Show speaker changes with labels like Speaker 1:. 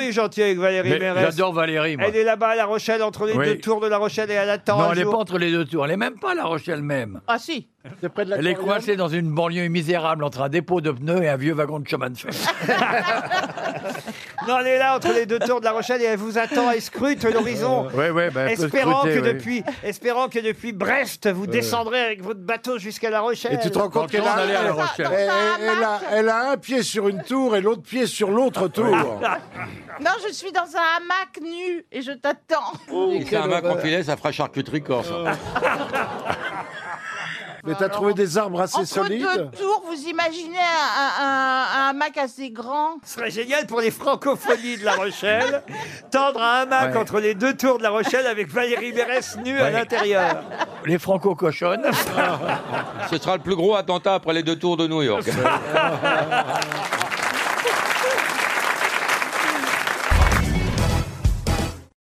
Speaker 1: suis gentil avec Valérie
Speaker 2: Mais
Speaker 1: Mérès.
Speaker 2: j'adore Valérie, moi.
Speaker 1: Elle est là-bas à La Rochelle, entre les
Speaker 2: Oui.
Speaker 1: deux tours de La Rochelle et elle attend
Speaker 2: Non,
Speaker 1: un
Speaker 2: elle n'est
Speaker 1: jour.
Speaker 2: pas entre les deux tours. Elle n'est même pas à La Rochelle même.
Speaker 3: Ah si.
Speaker 2: Elle est coincée dans une banlieue misérable entre un dépôt de pneus et un vieux wagon de chemin de fer.
Speaker 1: Non, elle est là entre les deux tours de La Rochelle et elle vous attend et scrute l'horizon.
Speaker 2: Ouais, ouais, bah, elle peut
Speaker 1: espérant,
Speaker 2: scruter,
Speaker 1: que
Speaker 2: ouais.
Speaker 1: depuis, espérant que depuis Brest, vous descendrez avec votre bateau jusqu'à La Rochelle.
Speaker 4: Et tu te rends compte
Speaker 2: Quand
Speaker 4: qu'elle
Speaker 2: on
Speaker 4: a,
Speaker 2: allait à La
Speaker 4: elle-
Speaker 2: Rochelle.
Speaker 4: elle- elle- elle a- elle a un pied sur une tour et l'autre pied sur l'autre tour.
Speaker 3: Non, je suis dans un hamac nu et je t'attends.
Speaker 5: Et c'est un mac confiné, ça fera hein. charcuterie corse.
Speaker 4: Mais t'as trouvé des arbres assez
Speaker 3: Ah, Entre
Speaker 4: solides
Speaker 3: deux tours, vous imaginez un, un, un hamac assez grand
Speaker 1: Ce serait génial pour les francophonies de La Rochelle. Tendre à un hamac
Speaker 2: Ouais.
Speaker 1: entre les deux tours de La Rochelle avec Valérie Mérès nue à
Speaker 2: Ouais.
Speaker 1: l'intérieur.
Speaker 2: Les franco-cochonnes.
Speaker 5: Ce sera le plus gros attentat après les deux tours de New York.